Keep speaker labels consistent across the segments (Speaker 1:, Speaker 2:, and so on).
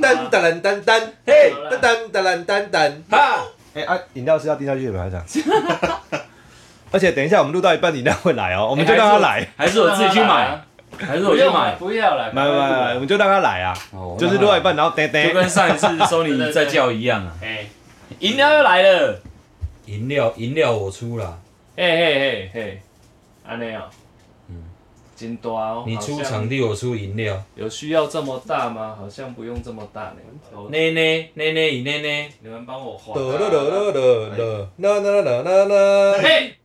Speaker 1: 噔噔噔噔噔，嘿，噔噔噔噔噔噔，哈！
Speaker 2: 哎、啊，饮料是要滴下去的吗？这样。而且等一下，我们录到一半，饮料会来哦、我
Speaker 3: 我
Speaker 2: 们就让它来，，
Speaker 3: 还是我自己去买，还是我去买。
Speaker 4: 不要了，
Speaker 2: 买买买买，我，们就让它来啊，
Speaker 3: 哦
Speaker 2: 就是录到一半，然后噔
Speaker 3: 就
Speaker 2: 噔，
Speaker 3: 跟上一次 Sony 在叫一样啊，
Speaker 4: 哎
Speaker 3: 饮料又来了，
Speaker 5: 饮料饮料我出啦，
Speaker 4: 嘿嘿嘿嘿，安尼哦，真大哦，
Speaker 5: 你出场地我出饮料，
Speaker 4: 有需要这么大吗？好像不用这么大呢，
Speaker 5: 奶奶奶奶以奶奶，
Speaker 4: 你们帮我画，
Speaker 1: 得了得了得了，啦啦啦啦啦啦，
Speaker 4: 嘿，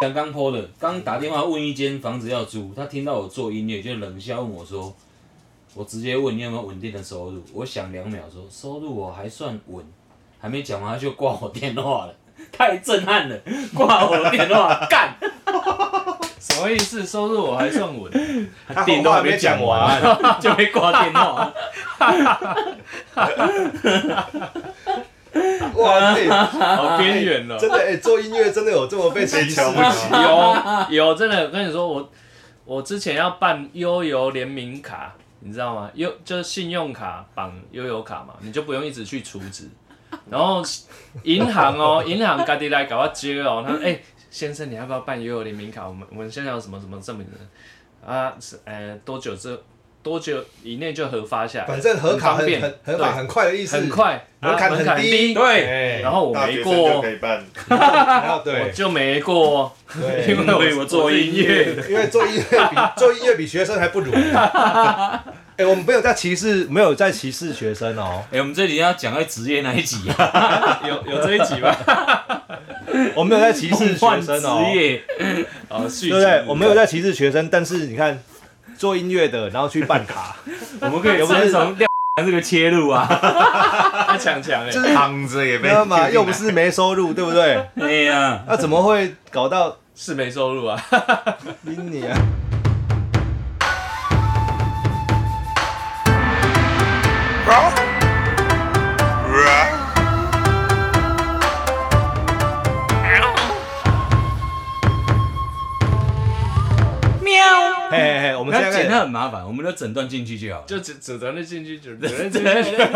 Speaker 3: 刚刚 PO 的，刚打电话问一间房子要租，他听到我做音乐就冷笑问我说，我直接问你有没有稳定的收入，我想两秒说收入我还算稳，还没讲完他就挂我电话了，太震撼了，挂我电话干，
Speaker 4: 什么意思？收入我还算稳，
Speaker 2: 他
Speaker 3: 电
Speaker 2: 话
Speaker 3: 话
Speaker 2: 还没讲完，
Speaker 3: 就被挂电话，
Speaker 1: 哇，这
Speaker 4: 好边缘哦。
Speaker 1: 真的哎，做音乐真的有这么被
Speaker 2: 谁
Speaker 1: 谁
Speaker 2: 瞧不起？
Speaker 4: 有有，真的，我跟你说，我我之前要办悠游联名卡，你知道吗？悠就是信用卡绑悠游卡嘛，你就不用一直去储值。然后银行哦，银行赶紧来搞我接哦。他说：“哎、先生，你要不要办悠游联名卡？我们我们现在有什么什么证明呢？啊，是呃，多久之多久以内就核发下来？
Speaker 1: 反正合卡很
Speaker 4: 很方便
Speaker 1: 很合法
Speaker 4: 对
Speaker 1: 很快的意思，
Speaker 4: 很快，
Speaker 1: 门槛
Speaker 4: 啊
Speaker 1: 很低
Speaker 3: 对，
Speaker 1: 哎，
Speaker 4: 然后我
Speaker 6: 大
Speaker 4: 没
Speaker 6: 学生啊就
Speaker 4: 过
Speaker 6: 可，以办，
Speaker 2: 然后
Speaker 4: 我
Speaker 2: 对
Speaker 4: 就没过，
Speaker 1: 对，
Speaker 4: 因为我
Speaker 3: 我做音乐。”
Speaker 1: 因为做音乐比做音乐比学生还 不如。哎、
Speaker 2: 哎我们没有在歧视，没有在歧视学生哦、
Speaker 3: 哎、我们这里要讲到职业那一集啊，
Speaker 4: 有有这一集 吗？
Speaker 2: 我没有在歧视学
Speaker 3: 换
Speaker 2: 生
Speaker 3: 职
Speaker 2: 哦、
Speaker 3: 业，
Speaker 4: 哦，
Speaker 2: 对
Speaker 4: 续集
Speaker 2: 不对？我没有在歧视学生，但是你看做音乐的，然后去办 卡，
Speaker 3: 我们可以先从廖这个切入啊。
Speaker 4: 太强强了。
Speaker 6: 躺着也
Speaker 2: 知
Speaker 6: 被
Speaker 2: 道吗？
Speaker 6: 丢进来
Speaker 2: 又不是没收入，对不对？
Speaker 3: 哎呀，
Speaker 2: 那、怎么会搞到
Speaker 4: 是没收入啊。
Speaker 2: 拎你啊？喵！嘿嘿嘿，我
Speaker 3: 我
Speaker 2: 们
Speaker 3: 们
Speaker 2: 现
Speaker 3: 要
Speaker 2: 在
Speaker 3: 剪
Speaker 2: 开
Speaker 3: 它
Speaker 2: 始
Speaker 3: 很麻烦，我们就整段进去就好了。
Speaker 4: 就只只能进去， 只能进去。
Speaker 3: 对，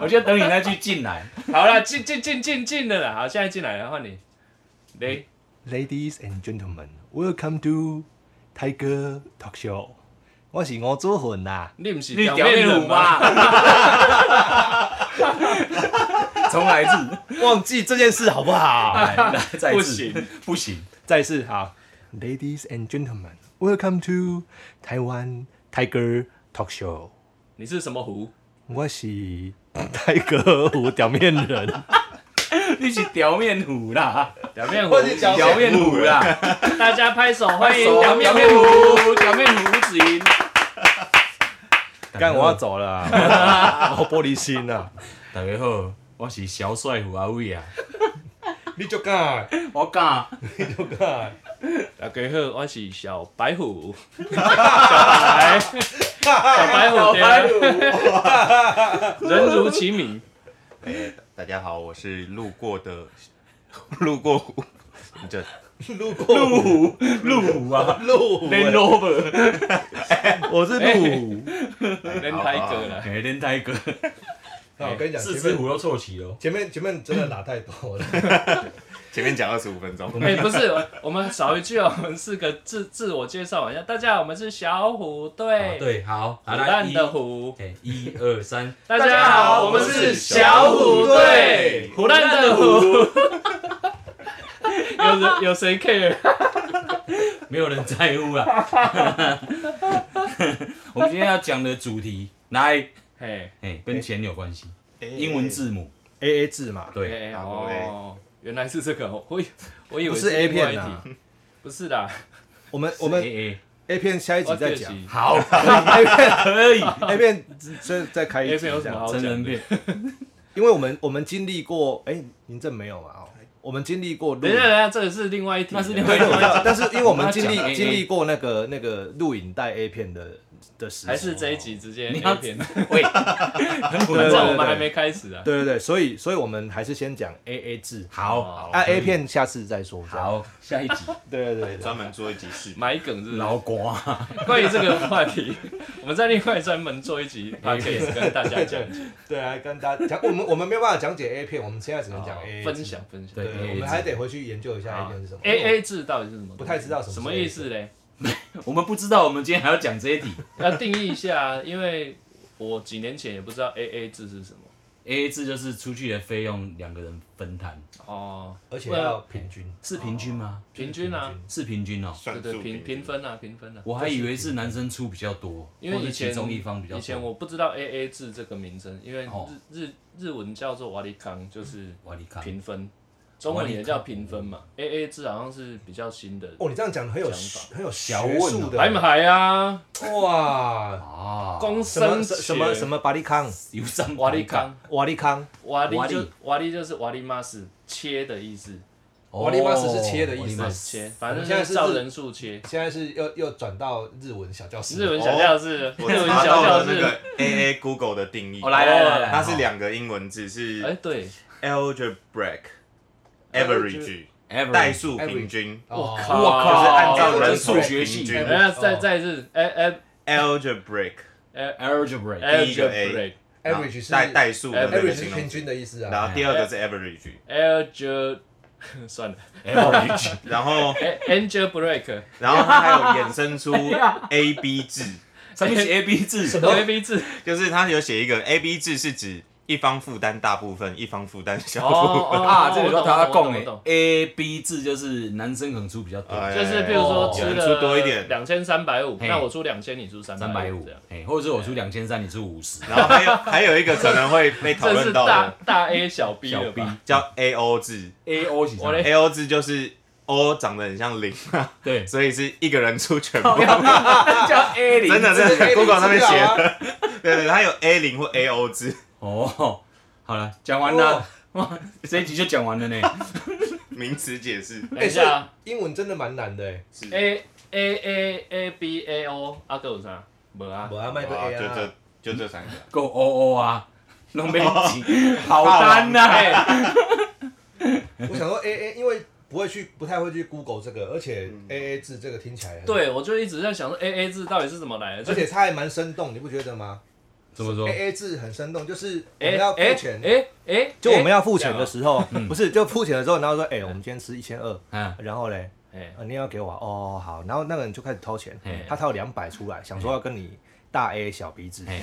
Speaker 3: 我就等你那句进来。
Speaker 4: 好了，进进进进进了啦。好，现在进来了，换你。雷，
Speaker 2: Ladies and gentlemen, welcome to Tiger Talk Show。我是吴啊祖魂呐，
Speaker 4: 你不是
Speaker 3: 你表面
Speaker 4: 人
Speaker 3: 舞？嘛？重来一次，
Speaker 2: 忘记这件事好不 好？
Speaker 3: 来来再一
Speaker 4: 不
Speaker 3: 次，
Speaker 4: 行，
Speaker 3: 不行，
Speaker 2: 再一次好，Ladies and gentlemen, welcome to 台湾 Tiger Talk Show。
Speaker 4: 你是什么湖？
Speaker 2: 我是 泰戈虎表面 人，
Speaker 3: 你是表面虎啦，
Speaker 4: 表面湖
Speaker 1: 或。是讲
Speaker 3: 表面 虎啦，
Speaker 4: 大家拍手欢迎
Speaker 3: 手
Speaker 4: 表面
Speaker 3: 表面
Speaker 4: 湖，表面湖吴子莹。
Speaker 2: 干我要走了啊， 我玻璃心啊！
Speaker 3: 大家好，我是小帅虎阿伟啊，
Speaker 1: 你就干，
Speaker 3: 我讲
Speaker 4: 大家好，我是小白虎。 小白，小白虎，对人如其名。
Speaker 6: 哎大家好，我是路过的，路过湖，你这
Speaker 1: 路过路
Speaker 3: 虎路虎啊
Speaker 1: 路虎
Speaker 3: ，Land Rover，
Speaker 2: 我是
Speaker 4: 哎
Speaker 2: 鹿，
Speaker 4: 人台哥了。
Speaker 3: 哎，Land Tiger，
Speaker 2: 哎
Speaker 1: 好我跟你讲，
Speaker 3: 四
Speaker 1: 前
Speaker 3: 只
Speaker 1: 面
Speaker 3: 虎都凑齐了。
Speaker 1: 前面前面真的拿太多了，
Speaker 6: 前面讲二十五分钟，
Speaker 4: 哎、不是，我们少一句哦，我们四个自自我介绍一下，大家好，我们是小虎队，
Speaker 3: 啊，对，好，
Speaker 4: 虎
Speaker 3: 好来
Speaker 4: 哎烂
Speaker 3: 一
Speaker 4: 的虎。
Speaker 3: 哎，一二三，
Speaker 4: 大家好，我们是小虎队，虎烂的虎。有人有谁 care？
Speaker 3: 没有人在乎啦。 我们今天要讲的主题，来，
Speaker 4: 嘿，
Speaker 3: 哎，跟钱有关系，
Speaker 2: 哎
Speaker 3: 英文字母，
Speaker 2: A A 制嘛，
Speaker 3: 对，
Speaker 4: 嘿
Speaker 6: 好
Speaker 4: 哦，原来是这个，我以我以为
Speaker 2: 不是 A
Speaker 4: 另外一
Speaker 2: 片
Speaker 4: 题
Speaker 2: 啊，
Speaker 4: 不是啦，
Speaker 2: 我们我们
Speaker 3: A A，
Speaker 2: A 片下一集
Speaker 4: 我
Speaker 2: 再讲
Speaker 3: 哎好，
Speaker 2: ，A 片
Speaker 3: 可以，
Speaker 2: A 片再再开一
Speaker 4: A
Speaker 2: 集
Speaker 4: 片有
Speaker 2: 这
Speaker 4: 什么
Speaker 2: 样，
Speaker 4: 好
Speaker 3: 真
Speaker 4: 讲
Speaker 3: 人
Speaker 4: 的？
Speaker 3: 片，
Speaker 2: 因为我们我们经历过，哎，您这没有嘛？哦，我们经历过录
Speaker 4: 等一下，等一下，这个是另外一题，
Speaker 3: 那是另
Speaker 2: 对，
Speaker 3: 外一
Speaker 4: 哎
Speaker 2: 我知道，但是因为我们
Speaker 3: 我们要
Speaker 2: 经历
Speaker 3: 讲 AA
Speaker 2: 经历过那个那个录影带 A 片的
Speaker 7: 的时
Speaker 4: 还是这一集直接
Speaker 3: 你
Speaker 4: A
Speaker 3: 要
Speaker 4: 片？
Speaker 3: 喂，很
Speaker 4: 反正我
Speaker 3: 稳重
Speaker 4: 们还没开始啊。
Speaker 2: 对对对，所以所以我们还是先讲 A A 制，
Speaker 4: 哦
Speaker 3: 好，
Speaker 2: 啊 A 片下次再说。这样，
Speaker 3: 好，下一集
Speaker 2: 对对对对，
Speaker 6: 专门做一集视频。
Speaker 4: 买梗是不是
Speaker 3: 老瓜，
Speaker 4: 关于这个话题， 我们再另外专门做一集 podcast 跟大家讲解，
Speaker 2: 对啊，跟大家讲，我们我们没有办法讲解 A 片，我们现在只能讲 A
Speaker 4: 哦分。享分享。
Speaker 3: 对
Speaker 2: 对，我们还得回去研究一下 A 片是什么。
Speaker 4: A A 制到底是什么东西？
Speaker 2: 不太知道什么是
Speaker 4: 什么意思嘞？
Speaker 3: 我们不知道，我们今天还要讲这一题
Speaker 4: 要定义一下，因为我几年前也不知道 A A 制是什么。
Speaker 3: ，A A 制就是出去的费用两个人分摊，
Speaker 4: 哦，
Speaker 2: 而且要平均，
Speaker 3: 是平均吗？
Speaker 4: 平均啊，
Speaker 3: 是平均哦，
Speaker 6: 算
Speaker 4: 对对，
Speaker 6: 数
Speaker 4: 平平分啊，平分啊。
Speaker 3: 我还以为是男生出比较多，
Speaker 4: 因为
Speaker 3: 或
Speaker 4: 以
Speaker 3: 者
Speaker 4: 前
Speaker 3: 其中一方比较
Speaker 4: 以前
Speaker 3: 多。
Speaker 4: 我不知道 A A 制这个名称，因为日、
Speaker 3: 哦
Speaker 4: 日日文叫做瓦里康，就是
Speaker 3: 瓦力卡，
Speaker 4: 平分，中文也叫平分嘛。A A 制好像是比较新的，
Speaker 2: 哦，你这样讲很有
Speaker 4: 想
Speaker 2: 学
Speaker 4: 法
Speaker 2: 很有学
Speaker 3: 小问哦
Speaker 2: 术的，
Speaker 4: 海不海啊？
Speaker 2: 哇，
Speaker 3: 啊，
Speaker 4: 公
Speaker 2: 什么
Speaker 4: 生
Speaker 2: 什什么什
Speaker 4: 么
Speaker 2: 么巴利康，
Speaker 3: 有上
Speaker 4: 瓦里，康，
Speaker 2: 瓦利康，
Speaker 4: 瓦力
Speaker 3: 瓦力
Speaker 4: 就瓦力就是瓦力马斯切的意思，
Speaker 2: 瓦力马斯是切的意思
Speaker 3: 哦瓦力马斯
Speaker 4: 切，反正
Speaker 2: 我们现在哦
Speaker 4: 就是是照人数切。
Speaker 2: 现在是又又转到日文小教室，
Speaker 4: 日文小教室，日
Speaker 6: 我
Speaker 4: 文
Speaker 6: 查
Speaker 4: 小教
Speaker 6: 到 了那
Speaker 4: 室，
Speaker 6: 个 A A Google 的定义，
Speaker 3: 哦，来来来来，
Speaker 6: 它是两个英文字，是
Speaker 4: 哎对，
Speaker 6: algebraic average
Speaker 3: 两
Speaker 6: 代数平均
Speaker 2: 哦
Speaker 4: 我靠
Speaker 3: 我靠，
Speaker 6: 就是按照人
Speaker 3: 数
Speaker 6: 口
Speaker 3: 学
Speaker 6: 平
Speaker 3: 系
Speaker 6: 均
Speaker 4: 等一下再再一次，哎哎
Speaker 6: algebraic
Speaker 3: algebra，
Speaker 4: 哎
Speaker 6: 第一个 A
Speaker 4: ，algebra。
Speaker 2: ，average 是
Speaker 6: 代代数的那
Speaker 2: average
Speaker 6: 个
Speaker 2: 是
Speaker 6: 形
Speaker 2: 平
Speaker 6: 容
Speaker 2: 均
Speaker 6: 词，
Speaker 2: 的意思啊。
Speaker 6: 然后第二个是 average，
Speaker 4: Angel，算 了
Speaker 3: average
Speaker 6: 然后
Speaker 4: 哎，Angel Break，
Speaker 6: 然后它还有衍生出 A B 制，
Speaker 3: 上面是 A B 字，
Speaker 4: A B 字，
Speaker 6: 就是它有写一个 A B 制是指一方负担大部分，一方负担小部分。
Speaker 4: 哦
Speaker 3: 啊，这里
Speaker 4: 我
Speaker 3: 都
Speaker 4: 懂
Speaker 3: 他
Speaker 4: 我
Speaker 3: 供
Speaker 4: 懂
Speaker 3: 诶
Speaker 4: 我懂
Speaker 3: ，A B 字就是男生可能出比较多，
Speaker 6: 哎
Speaker 4: 就是比如说
Speaker 3: 哦
Speaker 4: 吃
Speaker 6: 有人
Speaker 4: 了
Speaker 6: 出多一点，
Speaker 4: 欸两千三百五，
Speaker 3: 嘿
Speaker 4: 那我出两千，你出三
Speaker 3: 三百五
Speaker 4: 这样。，
Speaker 3: 哎，或者是我出两千三，你出五十，
Speaker 6: 然后还有还有一个可能会被 讨
Speaker 4: 这
Speaker 6: 论
Speaker 4: 是
Speaker 6: 到
Speaker 4: 大
Speaker 6: 的
Speaker 4: 大 A 小 B
Speaker 3: 小
Speaker 4: 了
Speaker 3: B
Speaker 4: 吧？
Speaker 6: 叫 A O 制
Speaker 3: A O 型，
Speaker 4: 哎我嘞
Speaker 6: ，A O 制就是 O 长得很像零，啊
Speaker 3: 对，
Speaker 6: 所以是一个人出全部。
Speaker 3: 叫 A 零，
Speaker 6: 真的
Speaker 2: 这
Speaker 6: 真
Speaker 2: 是 A
Speaker 6: 的
Speaker 2: B
Speaker 6: ，Google 上面
Speaker 2: 资
Speaker 6: 写
Speaker 2: 料啊
Speaker 6: 的， 对对，它有 A 零或 A O 制，
Speaker 3: 哦，好了，讲完
Speaker 2: 哦
Speaker 3: 了，哇，这一集就讲完了呢，
Speaker 6: 名词解释
Speaker 4: 等
Speaker 2: 哎，
Speaker 4: 一
Speaker 2: 所以
Speaker 4: 下啊
Speaker 2: 英文真的蛮难的哎，
Speaker 6: 是
Speaker 4: ，A A A A B A O，啊，哥有啥？没啊
Speaker 2: 我，要卖个
Speaker 6: 哇
Speaker 2: A
Speaker 6: 就
Speaker 2: 啊
Speaker 6: 这。就这三个，
Speaker 3: 够 O O 啊，弄 被挤，好啊单
Speaker 2: 啊
Speaker 3: 呐，
Speaker 4: 哎，
Speaker 2: 我想说 A A，因为不会去，不太会去 Google 这个，而且
Speaker 6: 嗯
Speaker 2: A A 制这个听起来很，
Speaker 4: 对，我就一直在想说 A A 字到底是怎么来的？就
Speaker 2: 而且它还蛮生动，你不觉得吗
Speaker 3: 怎么说？
Speaker 2: ？A A 制很生动，就是我
Speaker 4: 哎
Speaker 2: 们要付
Speaker 4: 哎
Speaker 2: 钱，
Speaker 4: 哎哎，
Speaker 2: 就我们
Speaker 4: 要
Speaker 2: 要付钱的时候，啊嗯不是就付钱的时候，然后说，哎，我们今天吃一千二，
Speaker 3: 嗯，
Speaker 2: 然后嘞，
Speaker 4: 哎
Speaker 2: 呃你要给我啊哦好，然后那个人就开始掏钱
Speaker 3: 嘿，
Speaker 2: 他掏两百出来，想说要跟你大 A 小鼻子，
Speaker 3: 嘿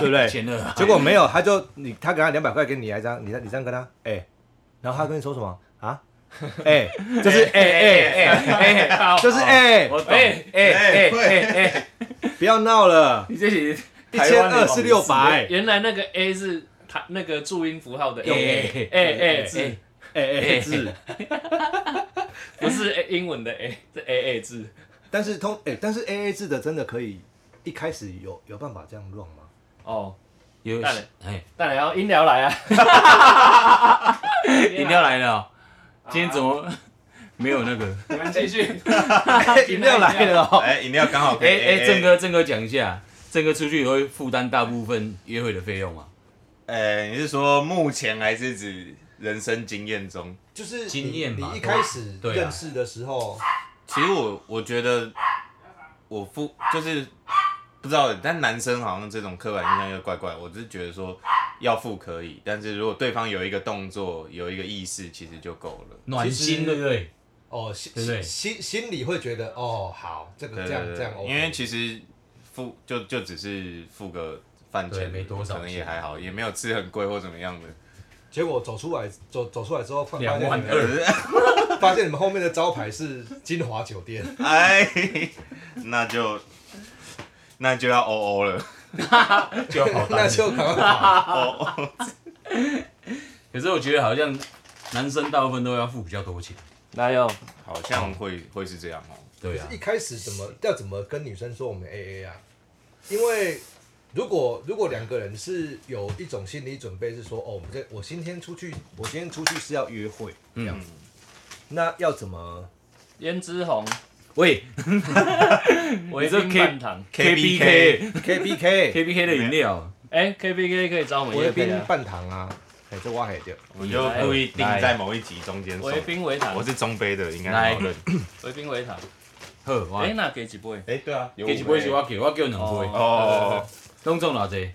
Speaker 2: 对不对？
Speaker 3: 钱了，
Speaker 2: 哎 结果没有，他就你他给他两百块给你来一张，你你这样跟他，哎、然后他跟你说什么啊？ 哎、就是哎哎哎，
Speaker 4: 哎，好，
Speaker 2: 就是哎、
Speaker 3: 我懂，
Speaker 4: 哎
Speaker 3: 哎哎哎哎，
Speaker 2: 不要闹了，
Speaker 3: 你这写
Speaker 2: 一千二是六百，哎
Speaker 4: 原来那个 A 是它那个注音符号的 A，
Speaker 3: 哎
Speaker 4: 哎哎字。
Speaker 3: 哎，
Speaker 2: 哎哎字。
Speaker 4: 不是 A 英文的 A，是 A A 字。
Speaker 2: 但是通哎、但是 A A 制的真的可以一开始有有办法这样 run 吗？
Speaker 4: 哦，
Speaker 3: 有
Speaker 4: 当然
Speaker 3: 哎，
Speaker 4: 当然要音疗来啊，啊
Speaker 2: 啊
Speaker 3: 饮料来了哦，今天怎么 没有那个？
Speaker 4: 你们继续。
Speaker 2: 饮料哎来了哦、
Speaker 6: 哎，饮料刚好可以
Speaker 3: 哎
Speaker 6: A
Speaker 3: 哎，
Speaker 6: A，
Speaker 3: 郑哥，郑哥讲一下，郑哥出去也会负担大部分约会的费用嘛？
Speaker 6: 哎，你是说目前还是指人生经验中？
Speaker 2: 就是你
Speaker 3: 经验嘛
Speaker 2: 你一开始
Speaker 3: 对啊
Speaker 2: 认识的时候，
Speaker 6: 其实我我觉得我父就是不知道，但男生好像这种刻板印象又怪怪。我只是觉得说要付可以，但是如果对方有一个动作，有一个意识，其实就够了。
Speaker 3: 暖
Speaker 2: 其
Speaker 3: 心，
Speaker 2: 实
Speaker 3: 对不对？
Speaker 2: 哦心
Speaker 3: 对不对
Speaker 2: 心心心里会觉得哦好，这个
Speaker 6: 对
Speaker 2: 这样
Speaker 6: 对对
Speaker 2: 这样 OK，
Speaker 6: 因为其实付就就只是付个饭
Speaker 3: 对
Speaker 6: 钱，
Speaker 3: 没多少
Speaker 6: 可能也
Speaker 3: 钱
Speaker 6: 还好，也没有吃很贵或怎么样的。
Speaker 2: 结果走出来走走出来之后，发现
Speaker 3: 两万
Speaker 2: 你们
Speaker 3: 二，
Speaker 2: 发现你们后 面的招牌是金华酒店，
Speaker 6: 哎， 那就那就要哦哦了。
Speaker 3: 就好
Speaker 2: 那
Speaker 3: 单。
Speaker 2: 就赶快跑。
Speaker 3: 可是我觉得好像男生大部分都要付比较多钱。
Speaker 4: 哪有？
Speaker 6: 好像会会是这样哦、
Speaker 3: 对啊
Speaker 2: 一，开始怎么要怎么跟女生说我们 A A 啊？因为如果如果两个人是有一种心理准备，是说哦，我们这我今天出去，我今嗯 天出去是要约会这样子，那要怎么
Speaker 4: 胭脂红，
Speaker 3: 喂
Speaker 4: 维
Speaker 3: 这
Speaker 4: 冰
Speaker 3: K-
Speaker 4: 半糖。
Speaker 3: ，KBK
Speaker 2: KBK，
Speaker 3: KBK 的饮料，
Speaker 4: 哎，KBK 可以找我们
Speaker 2: 维
Speaker 4: 叶配
Speaker 2: 冰
Speaker 4: 啊。
Speaker 2: 半糖啊，哎，这挖海掉。
Speaker 6: 我们就故意定在某一集中间送
Speaker 4: 维。冰维糖
Speaker 6: 我，是中杯的，应该
Speaker 3: 来
Speaker 6: 很好认。
Speaker 4: 维冰维糖。
Speaker 3: 好，我
Speaker 4: 哎，那给几杯？
Speaker 6: 哎，对啊，有
Speaker 3: 给一杯是我叫，我叫两杯，
Speaker 4: 哦
Speaker 6: 哦，
Speaker 3: 拢总偌济？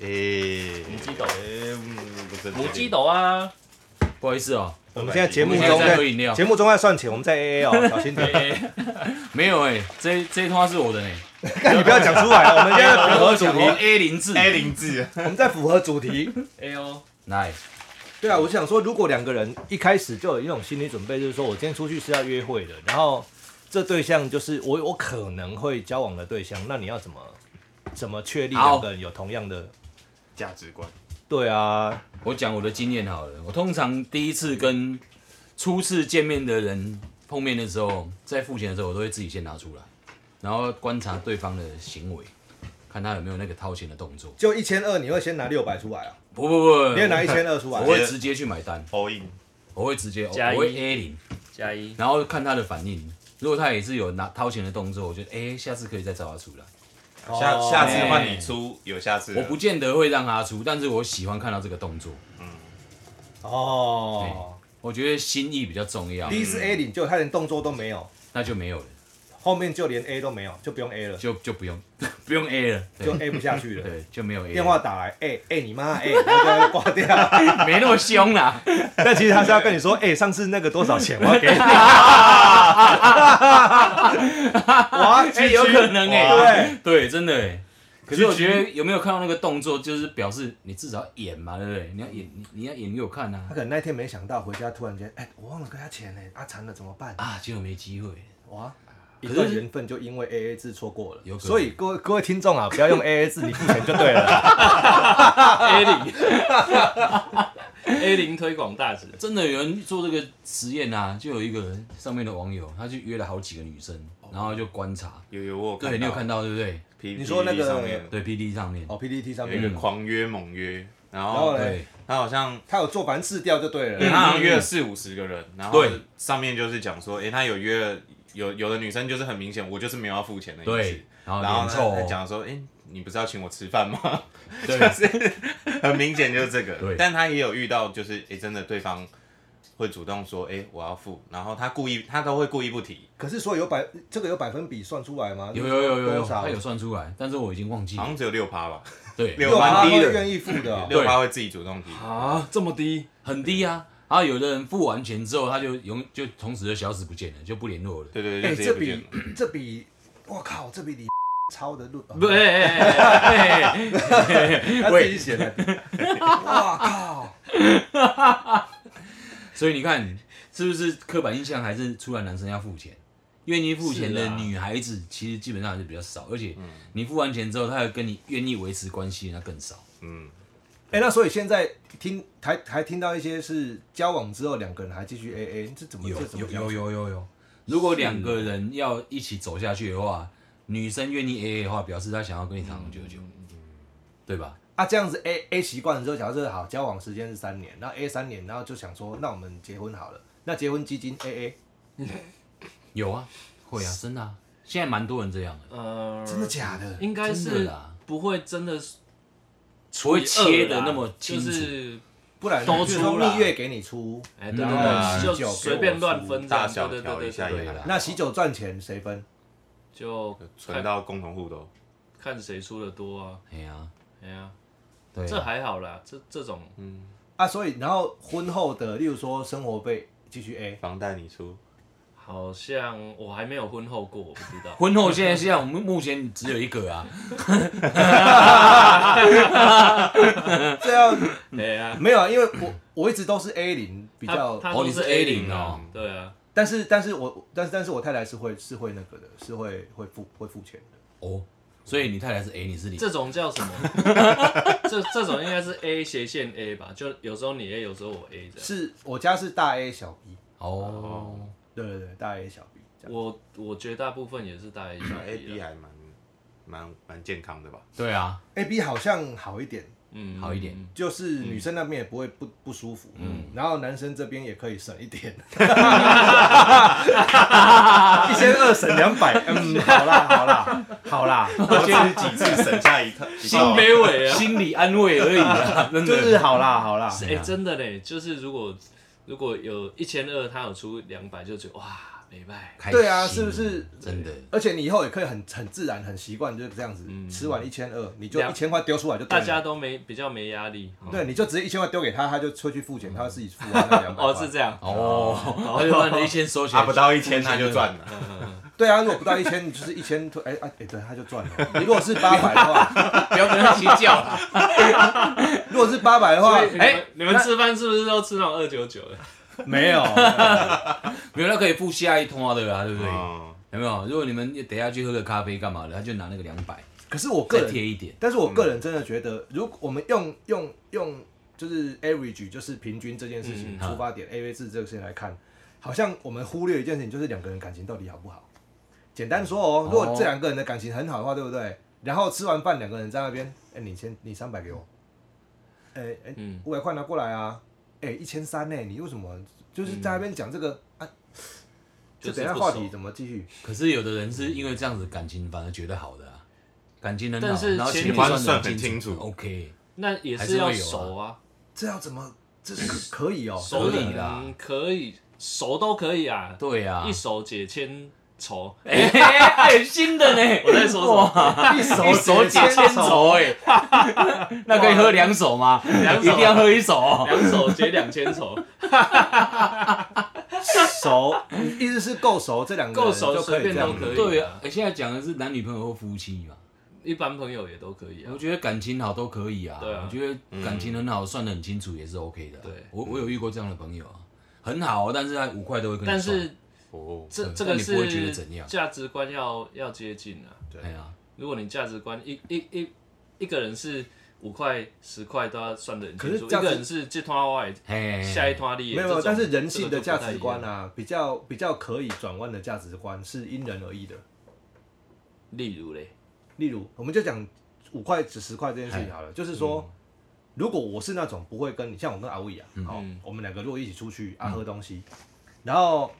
Speaker 6: 诶，
Speaker 4: 母鸡斗
Speaker 6: 诶，嗯不是
Speaker 4: 母鸡，斗啊，
Speaker 3: 不好意思哦，
Speaker 2: 我们现在节目
Speaker 3: 我们
Speaker 2: 中
Speaker 3: 现在在
Speaker 2: 在
Speaker 3: 喝饮料
Speaker 2: 节目中在算钱，我们在 A A 哦，小心点，
Speaker 3: 没有哎，这这一趟是我的呢。
Speaker 2: 你不要讲出来了，我们现在在符合主
Speaker 3: 讲
Speaker 2: 题，
Speaker 3: A 零制，
Speaker 6: A 零字，
Speaker 2: 我们在符合主题。
Speaker 4: 哎呦，
Speaker 3: 来，
Speaker 2: 对啊，我想说，如果两个人一开始就有一种心理准备，就是说我今天出去是要约会的，然后这对象就是我我可能会交往的对象，那你要怎么怎么确立
Speaker 3: 好
Speaker 2: 两个人有同样的？
Speaker 6: 价值观，
Speaker 2: 对啊，
Speaker 3: 我讲我的经验好了。我通常第一次跟初次见面的人碰面的时候，在付钱的时候，我都会自己先拿出来，然后观察对方的行为，看他有没有那个掏钱的动作。
Speaker 2: 就一千二，你会先拿六百出来啊？
Speaker 3: 不不不，
Speaker 2: 你会拿一千二出
Speaker 3: 我
Speaker 2: 来？
Speaker 3: 会直接去买单，
Speaker 6: all in，
Speaker 3: 我会直接，我
Speaker 4: 加一
Speaker 3: 会 A 零，
Speaker 4: 加 一，
Speaker 3: 然后看他的反应。如果他也是有拿掏钱的动作，我觉得哎、下次可以再找他出来。
Speaker 6: 下
Speaker 2: 哦
Speaker 6: 下次换你出，有下次了，
Speaker 3: 我不见得会让他出，但是我喜欢看到这个动作，
Speaker 2: 哦，
Speaker 3: 我觉得心意比较重要
Speaker 2: 第，一次 A 领就他连动作都没有，
Speaker 3: 那就没有了，
Speaker 2: 后面就连 A 都没有，就不用 A 了，
Speaker 3: 就就不用 不用 A 了，对
Speaker 2: 就 A 不下去了。
Speaker 3: 对，就没有 A 了
Speaker 2: 电话打来，哎、哎、你妈哎、然后就要挂掉。
Speaker 3: 没那么凶啦，
Speaker 2: 但其实他是要跟你说，哎、上次那个多少钱，我要给你。 哇，
Speaker 3: 哎， 有可能哎，
Speaker 2: 对
Speaker 3: 对，真的哎。可是我觉得有没有看到那个动作，就是表示你至少要演嘛，对不对？你要演，你你要演给我看
Speaker 2: 他
Speaker 3: 啊！
Speaker 2: 可能那天没想到，回家突然间，哎、我忘了给他钱呢、啊，惨了怎么办？
Speaker 3: 啊，结果没机会，
Speaker 2: 哇，一
Speaker 3: 可是
Speaker 2: 段缘分就因为 A A 制错过了
Speaker 3: 有。可能
Speaker 2: 所以各位各位听众啊，不要用 A A 制，你付钱就对 了。
Speaker 3: 啊
Speaker 4: A 零 ，A 零推广大使，
Speaker 3: 真的有人做这个实验啊，就有一个人上面的网友，他就约了好几个女生，然后就观察，
Speaker 6: 有有我
Speaker 3: 对你有看到对不对？
Speaker 6: P
Speaker 2: 你说那个嗯
Speaker 6: PPT 上面
Speaker 3: 对，P D 上面，
Speaker 2: 哦，P D T 上
Speaker 6: 有一个
Speaker 2: 面，
Speaker 6: 狂约猛约，
Speaker 2: 然
Speaker 6: 然
Speaker 2: 后
Speaker 6: 后
Speaker 2: 呢
Speaker 3: 对，
Speaker 6: 他好像
Speaker 2: 他有做凡试掉就对
Speaker 6: 对
Speaker 2: 了。
Speaker 6: 他好像约了四五十个人，然后
Speaker 3: 嗯对
Speaker 6: 上面就是讲说，诶，他有约了，有有的女生就是很明显，我就是没有要付钱的意思
Speaker 3: 对。，然后
Speaker 6: 然后
Speaker 3: 脸臭
Speaker 6: 他
Speaker 3: 哦，
Speaker 6: 讲说，诶，你不是要请我吃饭吗？
Speaker 3: 对，
Speaker 6: 很明显就是这
Speaker 3: 对
Speaker 6: 个。但他也有遇到，就是诶，真的对方会主动说，诶，我要付，然后他故意，他都会故意不提，
Speaker 2: 可是说有百这个有百分比算出来吗？
Speaker 3: 有有有有有，
Speaker 2: 多少
Speaker 3: 他有算出来，但是我已经忘记
Speaker 6: 好
Speaker 3: 了，
Speaker 6: 像只有六趴吧，
Speaker 3: 对，
Speaker 6: 六
Speaker 2: 六
Speaker 6: 蛮
Speaker 2: 趴
Speaker 6: 低
Speaker 2: 啊会
Speaker 6: 的
Speaker 2: 愿意付的哦、
Speaker 3: 嗯对
Speaker 6: 六趴会自己主动提。
Speaker 4: 啊，这么低，
Speaker 3: 很低啊。然后有的人付完钱之后，他就永就从此就消失不见了，就不联络了。
Speaker 6: 对对
Speaker 2: 哎、
Speaker 6: 对，就直接
Speaker 2: 这
Speaker 6: 不见了
Speaker 2: 比。这比，我靠，这比你 抄的路，
Speaker 4: 不，哎哎哎哎哎，
Speaker 2: 他自己 写的。哇靠！
Speaker 3: 所以你看，是不是刻板印象还是出来男生要付钱？愿意付钱
Speaker 4: 是
Speaker 3: 的
Speaker 4: 啊
Speaker 3: 女孩子其实基本上还是比较少，而且
Speaker 6: 嗯
Speaker 3: 你付完钱之后，她要跟你愿意维持关系，那更少。
Speaker 6: 嗯，
Speaker 2: 哎、那所以现在听还还听到一些是交往之后两个人还继续 A A，这怎么
Speaker 3: 有
Speaker 2: 这怎么
Speaker 3: 有有有有有，如果两个
Speaker 6: 啊
Speaker 3: 人要一起走下去的话，女生愿意 A A 的话，表示她想要跟你长长久
Speaker 6: 嗯
Speaker 3: 久，对吧？
Speaker 2: 啊？这样子 A A 习惯了之后，假设好交往时间是三年，然后 A 三年，然后就想说那我们结婚好了，那结婚基金 A A，
Speaker 3: 有啊，会啊，真的、啊，现在蛮多人这样的，
Speaker 4: 呃，
Speaker 2: 真的假的？
Speaker 4: 应该
Speaker 3: 真
Speaker 4: 是
Speaker 3: 的啦
Speaker 4: 不会真的是
Speaker 3: 不会切
Speaker 4: 的
Speaker 3: 的那么清楚。
Speaker 4: 就是
Speaker 2: 不然
Speaker 4: 都
Speaker 2: 比如
Speaker 4: 出
Speaker 2: 说
Speaker 4: 啦
Speaker 2: 蜜月给你出，
Speaker 4: 哎，对对
Speaker 3: 嗯
Speaker 4: 对，
Speaker 2: 喜酒
Speaker 4: 就
Speaker 2: 给
Speaker 4: 随
Speaker 2: 我
Speaker 4: 便
Speaker 2: 出
Speaker 4: 乱分这样，
Speaker 6: 大小
Speaker 4: 对对
Speaker 6: 调
Speaker 4: 对
Speaker 6: 一下
Speaker 4: 对
Speaker 6: 也
Speaker 3: 对
Speaker 6: 还
Speaker 3: 啦
Speaker 6: 好，
Speaker 2: 那喜酒赚钱谁分？
Speaker 4: 就
Speaker 6: 存到共同户头。
Speaker 4: 看谁出的多啊，
Speaker 3: 哎呀，
Speaker 4: 哎呀，
Speaker 3: 对
Speaker 4: 这
Speaker 3: 啊，嗯
Speaker 4: 还好啦，这这种
Speaker 2: 啊，所以然后婚后的，例如说生活费继续 A，
Speaker 6: 房贷你出，
Speaker 4: 好像我还没有婚后过，我不知 道。
Speaker 3: 婚后现在现在我们目前只有一个啊，
Speaker 2: 这样
Speaker 4: 对啊，
Speaker 2: 没有啊，因为我我一直都是 A 零比
Speaker 4: 他
Speaker 2: 较，
Speaker 4: 他
Speaker 3: 哦，
Speaker 4: 都
Speaker 3: 你是 A
Speaker 4: A
Speaker 3: 零
Speaker 4: 零啊，
Speaker 3: 哦，
Speaker 4: 对啊，
Speaker 2: 但是但是我但是但是我太太是会是会那个的，是会会付会付钱的。
Speaker 3: 哦，所以你太太是 A，你是零，
Speaker 4: 这种叫什 么？这这种应该是 A 斜线 A 吧，就有时候你 A，有时候我 A 这样。
Speaker 2: 是我家是大 A 小 B，
Speaker 3: 哦，
Speaker 2: 对对对，大 A 小 B 这样。
Speaker 4: 我我绝大部分也是大 A 啊小
Speaker 3: 啊
Speaker 6: A B
Speaker 4: B 啦
Speaker 6: 还蛮蛮蛮健康的吧？
Speaker 3: 对啊，
Speaker 2: A B 好像好一点，
Speaker 4: 嗯
Speaker 3: 好一点。
Speaker 2: 就是女生那边也不会不不舒服，嗯，然后男生这边也可以省一 点，一千二省两百，嗯，好啦好啦好啦，
Speaker 6: 多吃几次省下一套，哦
Speaker 8: 心卑微啊！
Speaker 3: 心理安慰而已 啦，真
Speaker 2: 就
Speaker 3: 的。
Speaker 2: 是好啦好啦，
Speaker 4: 啊哎、真的嘞，就是如果如果有一千二，他有出两百，就觉得哇，没败。
Speaker 3: 开心
Speaker 2: 对啊，是不？是？
Speaker 3: 真的，嗯
Speaker 2: 而且你以后也可以很很自然、很习惯，就是这样子，吃完一千二，你就
Speaker 4: 两
Speaker 2: 一千块丢出来就对
Speaker 4: 大
Speaker 2: 了
Speaker 4: 家都没比较没压力，
Speaker 2: 对，你就直接一千块丢给他，他就出去付
Speaker 3: 嗯
Speaker 2: 钱，他自己付完那两百。
Speaker 4: 哦，是这样，
Speaker 3: 哦，他就把你的一千收起
Speaker 6: 啊，
Speaker 3: 来，
Speaker 6: 不到一千他就赚了。
Speaker 2: 对啊，如果不到一千，你就是一千推，哎哎哎，对，他就赚了。你如果是八百的 话，
Speaker 3: 不要跟他计较啦。
Speaker 2: 如果是八百的话，
Speaker 4: 哎、你们吃饭是不是都吃那种二九九的？
Speaker 2: 没有，
Speaker 3: 没有，那可以付下一通啊，对吧？对不对？
Speaker 6: 哦
Speaker 3: 有没有？如果你们等一下去喝个咖啡干嘛的，他就拿那个两百
Speaker 2: 可是我个
Speaker 3: 再
Speaker 2: 人
Speaker 3: 贴一点。
Speaker 2: 但是我个人真的觉得，如果我们用用用就是 average 就是平均这件事情
Speaker 4: 嗯
Speaker 3: 好
Speaker 2: 出发点 A V 制这个事情来看，好像我们忽略一件事情，就是两个人感情到底好不好。简单说哦，如果这两个人的感情很好的话，对不对？然后吃完饭两个人在那边，哎，你先你三百给我，哎哎
Speaker 4: 嗯，
Speaker 2: 五百块拿过来啊，哎一千三呢，你为什么就是在那边讲这个啊？就
Speaker 4: 就
Speaker 2: 等
Speaker 4: 是
Speaker 2: 一下
Speaker 4: 不
Speaker 2: 话
Speaker 4: 熟
Speaker 2: 题怎么继续？
Speaker 3: 可是有的人是因为这样子感情反而觉得好的啊，感情很好，
Speaker 4: 但是
Speaker 3: 然后
Speaker 4: 前
Speaker 3: 钱
Speaker 4: 提
Speaker 3: 算
Speaker 6: 算
Speaker 3: 的
Speaker 6: 很
Speaker 3: 清
Speaker 6: 清楚
Speaker 3: ，OK，
Speaker 4: 那也
Speaker 3: 还
Speaker 4: 是
Speaker 3: 是
Speaker 4: 要
Speaker 3: 会有啊
Speaker 4: 熟啊，
Speaker 2: 这要怎么？这是可以哦，
Speaker 4: 熟
Speaker 3: 可以啦
Speaker 4: 嗯可以熟都可以啊，
Speaker 3: 对啊
Speaker 4: 一，手解千愁。
Speaker 3: 哎 哎，新的呢，
Speaker 4: 我在说什么？
Speaker 2: 一手
Speaker 3: 一手解千愁哎， 那可以喝两手吗？
Speaker 4: 两手啊
Speaker 3: 一定要喝一手哦。
Speaker 4: 两手解两千愁，
Speaker 2: 熟，你意思是够熟，这两个
Speaker 4: 够
Speaker 2: 人
Speaker 4: 熟
Speaker 2: 就可
Speaker 4: 随
Speaker 2: 以
Speaker 4: 便
Speaker 2: 这样
Speaker 4: 都可以。
Speaker 3: 对啊，，哎现在讲的是男女朋友或夫妻嘛，
Speaker 4: 一般朋友也都可以啊
Speaker 3: 我。觉得感情好都可以啊。
Speaker 4: 对啊
Speaker 3: 我觉得感情很好，算的很清楚也是 OK 的啊。
Speaker 4: 对
Speaker 3: 我我有遇过这样的朋友啊，很好哦，但是他五块都会跟
Speaker 4: 但
Speaker 3: 你算。
Speaker 4: 是
Speaker 6: 哦，
Speaker 4: 这
Speaker 3: 嗯
Speaker 4: 这
Speaker 3: 但
Speaker 4: 个
Speaker 3: 你不会觉得怎
Speaker 4: 是
Speaker 3: 样
Speaker 4: 价值观要要接近啊。
Speaker 3: 哎呀，
Speaker 4: 如果你价值观一一一一个人是五块十块都要算得很
Speaker 2: 可
Speaker 4: 清
Speaker 2: 是
Speaker 4: 楚，一
Speaker 2: 价值
Speaker 4: 个人是这团外
Speaker 3: 嘿，
Speaker 4: 下一团里
Speaker 2: 没有，没有但是人性的价值观啊，比较比较可以转弯的价值观是因人而异的。
Speaker 4: 例如嘞，
Speaker 2: 例如，我们就讲五块至十块这件事情好
Speaker 4: 嗯
Speaker 2: 了，就是说，如果我是那种不会跟你，像我跟阿伟啊，好
Speaker 4: 嗯，
Speaker 2: 我们两个如果一起出去啊喝东西，然后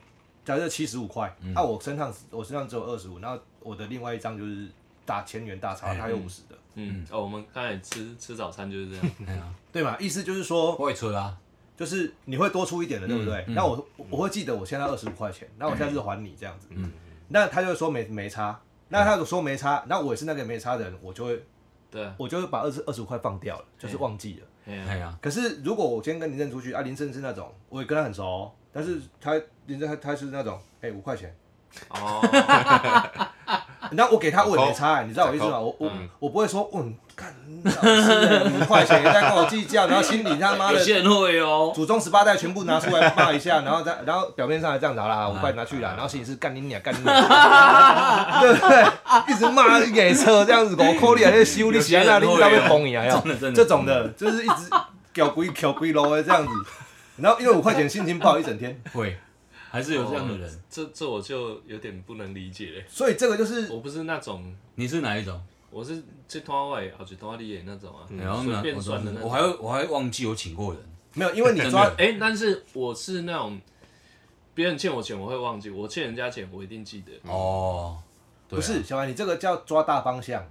Speaker 2: 假设七十五块，
Speaker 4: 嗯
Speaker 2: 啊我身上我身上只有二十五，然后我的另外一张就是大千元大钞，他有五十的，
Speaker 4: 哎嗯，哦，我们刚才吃吃早餐就是这样，
Speaker 3: 啊
Speaker 2: 对嘛？意思就是说，
Speaker 3: 外出啦，
Speaker 2: 就是你会多出一点的，对不对？那我我我会记得我现在二十五块钱，那我下次还你这样子。那他就说没没差，那他就说没差，那我也是那个没差的人，我就会
Speaker 4: 对啊，
Speaker 2: 我就会把二十二十五块放掉了，就是忘记了。
Speaker 4: 哎呀
Speaker 3: 哎呀，
Speaker 2: 可是如果我今天跟林正出去，啊，林正是那种我也跟他很熟哦，但是他林正他他是那种哎五块钱，
Speaker 4: 哦，
Speaker 2: 那我给他我也没差，你知道我意思吗？我我我不会说嗯，看你老师五块钱也在跟我计较，然后心里他妈
Speaker 3: 有
Speaker 2: 的
Speaker 3: 些人会哦，
Speaker 2: 祖宗十八代全部拿出来骂一下，然后再然后表面上还这样子好 啦，我快拿
Speaker 3: 啊
Speaker 2: 去啦，然后心里是干你娘干你娘，对不对？一直骂给车这样子，我扣你还在修你喜欢那，你知道被崩你啊？要
Speaker 3: 真的
Speaker 2: 这种的，就是一直屌鬼屌鬼楼的这样子。然后因为五块钱心情不好一整天，
Speaker 3: 会，还是有这
Speaker 2: 哦
Speaker 3: 样的人。
Speaker 4: 这这我就有点不能理解嘞，
Speaker 2: 所以这个就是
Speaker 4: 我不是那种。
Speaker 3: 你是哪一种？
Speaker 4: 我是这团外啊，这团里的那种
Speaker 2: 嗯
Speaker 4: 啊，
Speaker 3: 然后
Speaker 4: 随
Speaker 3: 呢？
Speaker 4: 便
Speaker 3: 我
Speaker 4: 算的那
Speaker 3: 我
Speaker 4: 种。
Speaker 3: 还会我还会忘记有请过人，
Speaker 2: 没有，因为你抓
Speaker 3: 真
Speaker 4: 哎、但是我是那种别人欠我钱我会忘记，我欠人家钱我一定记得。
Speaker 3: 哦，对
Speaker 2: 不
Speaker 3: 啊
Speaker 2: 是小白，你这个叫抓大方向。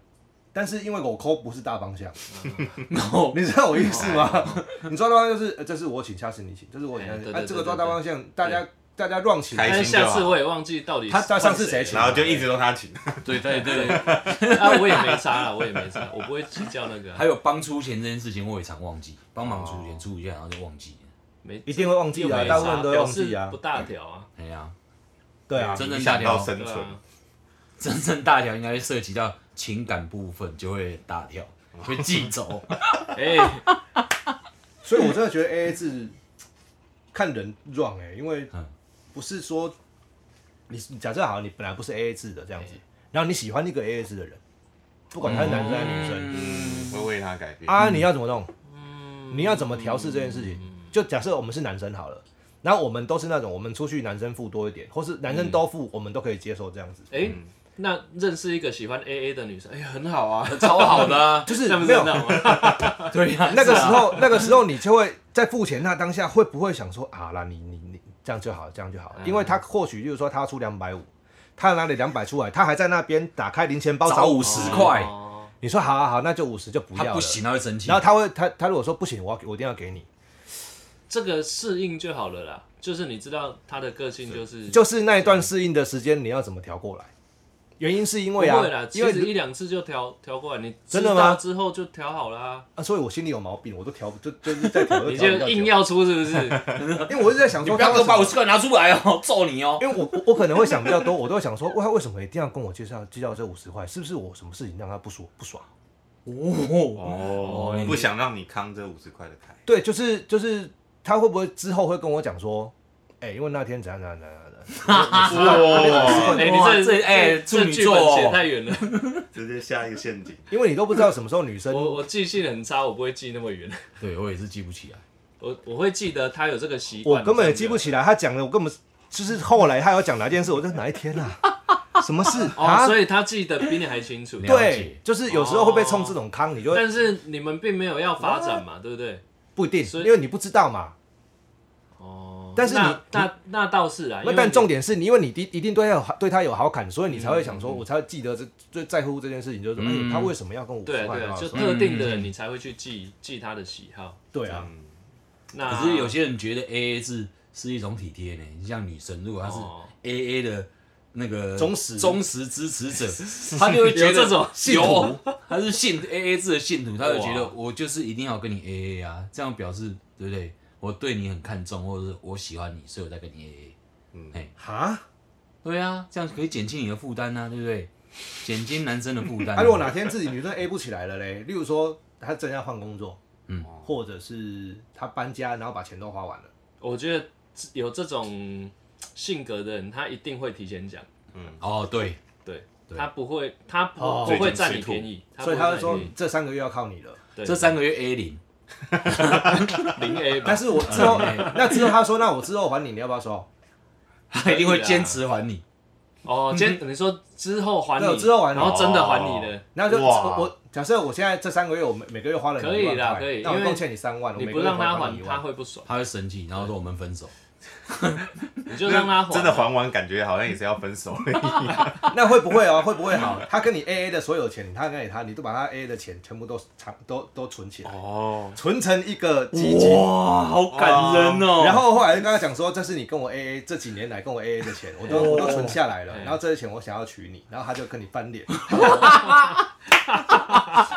Speaker 2: 但是因为我抠不是大方向，
Speaker 4: 嗯
Speaker 2: 你知 道我意思吗？你抓大方向就是，呃这是我请，下次你请，这是我请，下
Speaker 4: 哦哎
Speaker 2: 次
Speaker 4: 对
Speaker 2: 啊，
Speaker 4: 对
Speaker 2: 这
Speaker 4: 对
Speaker 2: 个抓
Speaker 4: 对
Speaker 2: 大方向，大家大家乱请，
Speaker 6: 开
Speaker 4: 但
Speaker 6: 心
Speaker 4: 是下次
Speaker 6: 就好
Speaker 4: 我也忘记到底
Speaker 2: 他他上次
Speaker 4: 换
Speaker 2: 谁
Speaker 6: 然后就一直都他请，
Speaker 3: 对对对，
Speaker 4: 啊，我也没差了，我也没差，我不会计较那个啊、
Speaker 3: 还有帮出钱这件事情，我也常忘记，帮忙出钱出一下，然后就忘记了。
Speaker 4: 没
Speaker 2: 一定会忘记
Speaker 4: 又
Speaker 2: 的啊
Speaker 4: 没
Speaker 2: 大部分
Speaker 4: 差
Speaker 2: 都会
Speaker 4: 表
Speaker 2: 忘记
Speaker 4: 示
Speaker 2: 啊
Speaker 4: 不大条啊，
Speaker 3: 哎呀，
Speaker 2: 对啊，
Speaker 3: 真正
Speaker 6: 影
Speaker 3: 大
Speaker 6: 响到
Speaker 3: 条，
Speaker 6: 生
Speaker 4: 对
Speaker 6: 存。
Speaker 4: 啊，
Speaker 3: 真正大条应该涉及到情感部分，就会大条，会记走。
Speaker 4: 哎、
Speaker 2: 所以我真的觉得 A A 制看人 wrong 哎、因为
Speaker 3: 嗯
Speaker 2: 不是说你你假设好，你本来不是 A A 制的这样
Speaker 4: 哎
Speaker 2: 子，然后你喜欢那个 A A 制的人，不管他是男生还是女生、
Speaker 6: 嗯，会为他改变。
Speaker 2: 啊，你要怎么弄？
Speaker 3: 嗯
Speaker 2: 你要怎么调试这件事情？就假设我们是男生好了。
Speaker 3: 嗯
Speaker 2: 然后我们都是那种，我们出去男生付多一点，或是男生都付，我们都可以接受这样子。
Speaker 4: 哎、那认识一个喜欢 AA 的女生，哎呀，很好啊，
Speaker 8: 超好的 啊，
Speaker 2: 就是
Speaker 4: 这样不
Speaker 2: 没
Speaker 4: 是
Speaker 2: 有
Speaker 4: 很好 吗？
Speaker 3: 对呀、啊
Speaker 2: 那个时候， 那个时候你就会在付钱那当下，会不会想说啊啦，你你你这样就好，这样就
Speaker 3: 嗯
Speaker 2: 好？因为他或许就是说他出两百五，他拿了两百出来，他还在那边打开零钱包
Speaker 3: 找
Speaker 2: 找
Speaker 3: 五
Speaker 2: 五
Speaker 3: 十
Speaker 2: 十，
Speaker 3: 块，
Speaker 4: 哦
Speaker 2: 你说好好好，那就五十就不
Speaker 3: 他
Speaker 2: 要
Speaker 3: 不
Speaker 2: 了。
Speaker 3: 行，他会生气。
Speaker 2: 然后他会他他如果说不行，我要我一定要给你，
Speaker 4: 这个适应就好了啦，就是你知道他的个性就是
Speaker 2: 就是那一段适应的时间，你要怎么调过来？原因是因
Speaker 4: 不
Speaker 2: 为
Speaker 4: 会啦
Speaker 2: 啊，，
Speaker 4: 其
Speaker 2: 因为
Speaker 4: 实一两次就调调过来，你
Speaker 2: 真的吗
Speaker 4: 知道之后就调好啦，
Speaker 2: 啊，所以我心里有毛病，我都调就就是在 调，
Speaker 4: 你
Speaker 2: 调
Speaker 4: 就硬
Speaker 2: 调
Speaker 4: 要出是不是？
Speaker 2: 因为我是在想
Speaker 3: 你
Speaker 2: 说
Speaker 3: 不
Speaker 2: 他
Speaker 3: 要
Speaker 2: 为什
Speaker 3: 给我
Speaker 2: 么，
Speaker 3: 把五十块拿出来哦，揍你 哦！
Speaker 2: 因为我我我可能会想比较多，我都会想说，哇，他为什么一定要跟我介绍介绍这五十块？是不是我什么事情让他不舒不爽？
Speaker 3: 哦，
Speaker 6: 哦
Speaker 3: 你
Speaker 6: 不想让你扛这五十块的开，
Speaker 2: 对，就是就是他会不会之后会跟我讲说，哎、因为那天怎样怎样怎样怎
Speaker 6: 哇，
Speaker 4: 哎，你
Speaker 3: 哇
Speaker 4: 这
Speaker 3: 这哎
Speaker 4: 这
Speaker 3: 处女
Speaker 4: 剧
Speaker 3: 座
Speaker 4: 本
Speaker 3: 哦
Speaker 4: 写太远了，
Speaker 6: 直接下一个陷阱。
Speaker 2: 样，因为你都不知道什么时候女
Speaker 4: 我
Speaker 2: 生。
Speaker 4: 我记性很差，我不会记那么远，
Speaker 3: 对我也是记不起来。
Speaker 4: 我我会记得他有这个习惯，
Speaker 2: 我根本也记不起来，他讲的我根本就是后来他有讲哪一件事，我就哪一天啊，什么事
Speaker 4: 哦，
Speaker 2: 啊？
Speaker 4: 所以他记得比你还清楚。
Speaker 2: 对，就是有时候会被冲这种康，你就会
Speaker 4: 但是你们并没有要发展嘛，对不对？
Speaker 2: 不一定，
Speaker 4: 所以
Speaker 2: 因为你不知道嘛。
Speaker 4: 哦，
Speaker 2: 但是你
Speaker 4: 那那那倒是啊啦，因
Speaker 2: 那
Speaker 4: 为
Speaker 2: 但
Speaker 4: 你
Speaker 2: 重点是你，因为你一一定对他有对他有好感，所以你才会
Speaker 4: 嗯
Speaker 2: 想说，我才会记得这最在乎这件事情，就是说，哎，他为什么要跟我
Speaker 4: 对啊
Speaker 2: 说话
Speaker 4: 对啊，
Speaker 2: 嘛
Speaker 4: 就
Speaker 2: 说
Speaker 4: 特定的人
Speaker 2: 嗯
Speaker 4: 你才会去记记他的喜好。
Speaker 2: 对啊，
Speaker 4: 那啊
Speaker 3: 可是有些人觉得 A A 制是一种体贴呢，你像女生，如果她是
Speaker 4: 哦
Speaker 3: A A 的那个
Speaker 2: 忠实
Speaker 3: 忠实支持者，她就会觉得
Speaker 4: 有这种
Speaker 2: 信徒
Speaker 3: 有，她是信 A A 制的信徒，她就觉得
Speaker 4: 哇
Speaker 3: 我就是一定要跟你 A A 啊，这样表示对不对？我对你很看重，或者是我喜欢你，所以我在跟你 A A。
Speaker 2: 哈，
Speaker 3: 对啊，这样可以减轻你的负担啊，对不对？减轻男生的负担啊。
Speaker 2: 他如果哪天自己女生 A 不起来了嘞，例如说他真要换工作，
Speaker 3: 嗯
Speaker 2: 嗯，或者是他搬家，然后把钱都花完了，
Speaker 4: 我觉得有这种性格的人，他一定会提前讲，
Speaker 3: 哦，对，
Speaker 4: 对
Speaker 3: 对
Speaker 4: 他不会，他不
Speaker 2: 哦
Speaker 4: 不会占你便宜，
Speaker 2: 所以他就说
Speaker 4: 不会占你嗯
Speaker 2: 这三个月要靠你了。
Speaker 4: 对
Speaker 3: 这三个月 A 零，
Speaker 4: 便宜 零 A 吧
Speaker 2: 但。是我之后
Speaker 3: 嗯，
Speaker 2: 那之后他说，那我之后还你，你要不要收？
Speaker 3: 他一定会坚持还你。
Speaker 4: 哦，今你说之后还
Speaker 2: 对
Speaker 4: 你，
Speaker 2: 之后还你
Speaker 4: 然后真的还你的，
Speaker 2: 然后就
Speaker 6: 哇
Speaker 2: 我我假设我现在这三个月我每每个月花了你
Speaker 4: 可以
Speaker 2: 1万
Speaker 4: 啦
Speaker 2: 块
Speaker 4: 可以
Speaker 2: 那我
Speaker 4: 因
Speaker 2: 一
Speaker 4: 为
Speaker 2: 共欠你三万，我
Speaker 4: 你
Speaker 2: 每
Speaker 4: 不
Speaker 2: 个月
Speaker 4: 让他
Speaker 2: 还你
Speaker 4: 还，
Speaker 2: 1万
Speaker 4: 他会不爽，
Speaker 3: 他会生气，然后说我们分手。
Speaker 4: 你就让他 还。
Speaker 6: 真的还完，感觉好像也是要分手了。
Speaker 2: 那会不会哦？会不会好？他跟你 A A 的所有钱，他跟你他，你都把他 A A 的钱全部都藏都都存起来，
Speaker 6: 哦，
Speaker 2: 存成一个基金。
Speaker 3: 哇，好感人哦
Speaker 2: 然后后来就跟他讲说，这是你跟我 A A 这几年来跟我 A A 的钱，我都我都存下来了。
Speaker 4: 哎
Speaker 2: 然后这些钱我想要娶你，然后他就跟你翻脸，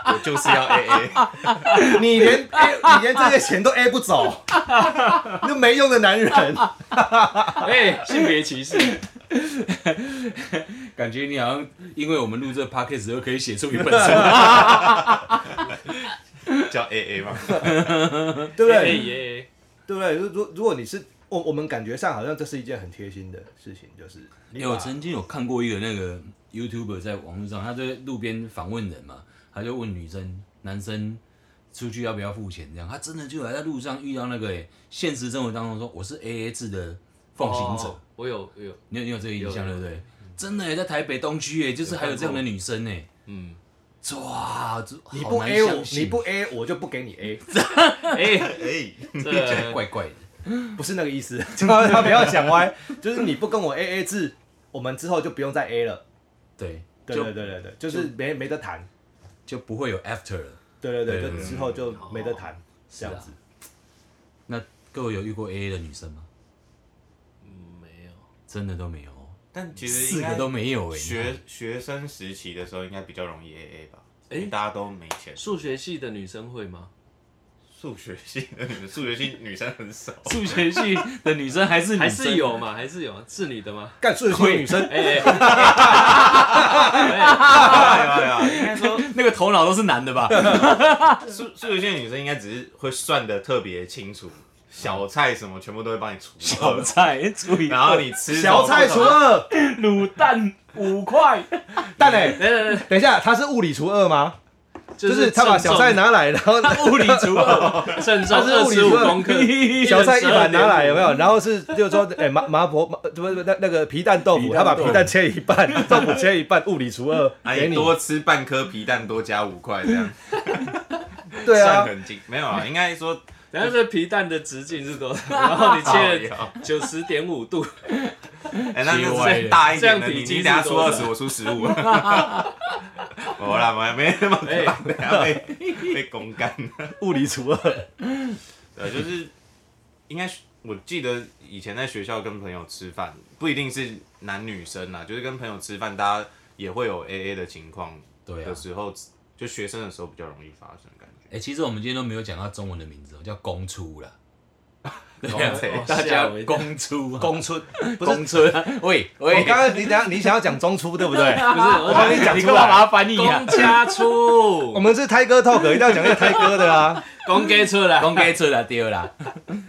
Speaker 6: 我就是要 A A，
Speaker 2: 你连 A 你连这些钱都 A 不 走，那没用的男人。
Speaker 4: 哎，性别歧视，
Speaker 3: 感觉你好像因为我们录这 podcast 又可以写出一本书。
Speaker 6: 叫 A A 嘛。
Speaker 2: 对不
Speaker 4: 哎
Speaker 2: 对？
Speaker 4: 耶，
Speaker 2: 对不对？如如如果你是我，我们感觉上好像这是一件很贴心的事情，就是你
Speaker 3: 因为哎我
Speaker 2: 把
Speaker 3: 曾经有看过一个那个 YouTuber 在网络上，他在路边访问人嘛，他就问女生、男生出去要不要付钱这样，他真的就还在路上遇到那个、欸、现实生活当中说我是 AA 制的奉行者，
Speaker 4: 哦，我有我有，
Speaker 3: 你有你有这个印象对
Speaker 4: 有
Speaker 3: 不对？真的、欸、在台北东区哎、欸，就是还有这样的女生哎、
Speaker 4: 嗯，
Speaker 3: 哇，这
Speaker 2: 你
Speaker 3: 好
Speaker 2: 不
Speaker 3: 难
Speaker 2: A 我
Speaker 3: 相，信
Speaker 2: 你不 A 我就不给你 A，
Speaker 4: 哎，
Speaker 6: 哎，
Speaker 4: 这个
Speaker 3: 怪怪的。
Speaker 2: 不是那个意思， 他不要想歪，就是你不跟我 A A 制，我们之后就不用再 A 了。
Speaker 3: 对，
Speaker 2: 对
Speaker 3: 就
Speaker 2: 对对对对，就是没没得谈。
Speaker 3: 就不会有 after 了。
Speaker 2: 对对
Speaker 3: 对
Speaker 2: 对，
Speaker 3: 对
Speaker 2: 就
Speaker 3: 对
Speaker 2: 之后就没得谈，
Speaker 3: 是
Speaker 2: 这
Speaker 3: 啊
Speaker 2: 样子。
Speaker 3: 那各位有遇过 AA 的女生吗？
Speaker 4: 嗯没有，
Speaker 3: 真的都没有哦，
Speaker 6: 但其实
Speaker 3: 四
Speaker 6: 应该
Speaker 3: 个都没有哎、你看
Speaker 6: 学学生时期的时候，应该比较容易 A A 吧？
Speaker 4: 哎
Speaker 6: 因为大家都没钱。
Speaker 4: 数学系的女生会吗？
Speaker 6: 数学系的女，数学系女生很少。
Speaker 3: 数学系的女生还是女
Speaker 4: 还
Speaker 3: 生
Speaker 4: 是有嘛，还是有，啊是你 的吗？
Speaker 2: 干数学系的女生，
Speaker 4: 哎，哎哎
Speaker 6: 哎呀哎呀，应该说
Speaker 3: 那个头脑都是男的 吧？
Speaker 6: 数数学系的女生应该只是会算的特别清楚，小菜什么全部都会帮你除掉。
Speaker 3: 小菜注意，
Speaker 6: 然后你吃
Speaker 2: 小菜除二，
Speaker 3: 卤蛋五块，
Speaker 2: 蛋嘞，欸
Speaker 4: 来来来，
Speaker 2: 等一下，他是物理除二吗？就
Speaker 4: 就是
Speaker 2: 他把小菜拿来，然后
Speaker 3: 物理除二，
Speaker 4: 称重
Speaker 2: 他是
Speaker 4: 二
Speaker 2: 物理
Speaker 4: 十五
Speaker 2: 除二
Speaker 4: 公克，
Speaker 2: 小菜一盘拿来有没有？然后是就说，哎、麻麻婆麻不不那那个皮蛋豆腐，他把皮蛋切一半，豆腐切一半，物理除 二
Speaker 6: 哎，
Speaker 2: 给你。
Speaker 6: 多吃半颗皮蛋，多加五块这样，
Speaker 2: 对
Speaker 6: 算
Speaker 2: 啊，
Speaker 6: 很精。没有啊，应该说
Speaker 4: 然后这皮蛋的直径是 多少？然后你
Speaker 2: 哎
Speaker 4: 切了九十点五度，
Speaker 6: 哎、那就
Speaker 3: 歪
Speaker 6: 是
Speaker 3: 了
Speaker 6: 大一点的，
Speaker 4: 这样
Speaker 6: 你
Speaker 4: 比
Speaker 6: 你
Speaker 4: 基
Speaker 6: 等
Speaker 4: 是
Speaker 6: 下出
Speaker 4: 多
Speaker 6: 二
Speaker 4: 少
Speaker 6: 十，我出十五。 我啦，没没那么可
Speaker 4: 哎
Speaker 6: 怕，等下被被公干。
Speaker 2: 物理除二。
Speaker 6: 对，就是应该是我记得以前在学校跟朋友吃饭，不一定是男女生啦，就是跟朋友吃饭，大家也会有 A A 的情况。
Speaker 3: 对啊
Speaker 6: 的。时候就学生的时候比较容易发生，感觉。
Speaker 3: 哎、其实我们今天都没有讲到中文的名字哦，叫公出啦。 对
Speaker 6: 公出
Speaker 3: 啊，大
Speaker 4: 吓
Speaker 3: 家
Speaker 4: 我一跳
Speaker 3: 公出啊，
Speaker 2: 公春，不是
Speaker 3: 公出啊。喂
Speaker 2: 我
Speaker 3: 喂，
Speaker 2: 刚刚你等下你想要讲中出对不 对？
Speaker 4: 不是我
Speaker 2: 帮你
Speaker 4: 讲
Speaker 2: 讲
Speaker 3: 你
Speaker 2: 出
Speaker 3: 干嘛把
Speaker 2: 来。
Speaker 3: 它翻译啊
Speaker 4: 公？家
Speaker 2: 我
Speaker 4: 出，
Speaker 2: 们是胎哥 talk，一定要讲一个胎哥的啊。
Speaker 4: 公给出来，
Speaker 3: 公开出啦，丢啦，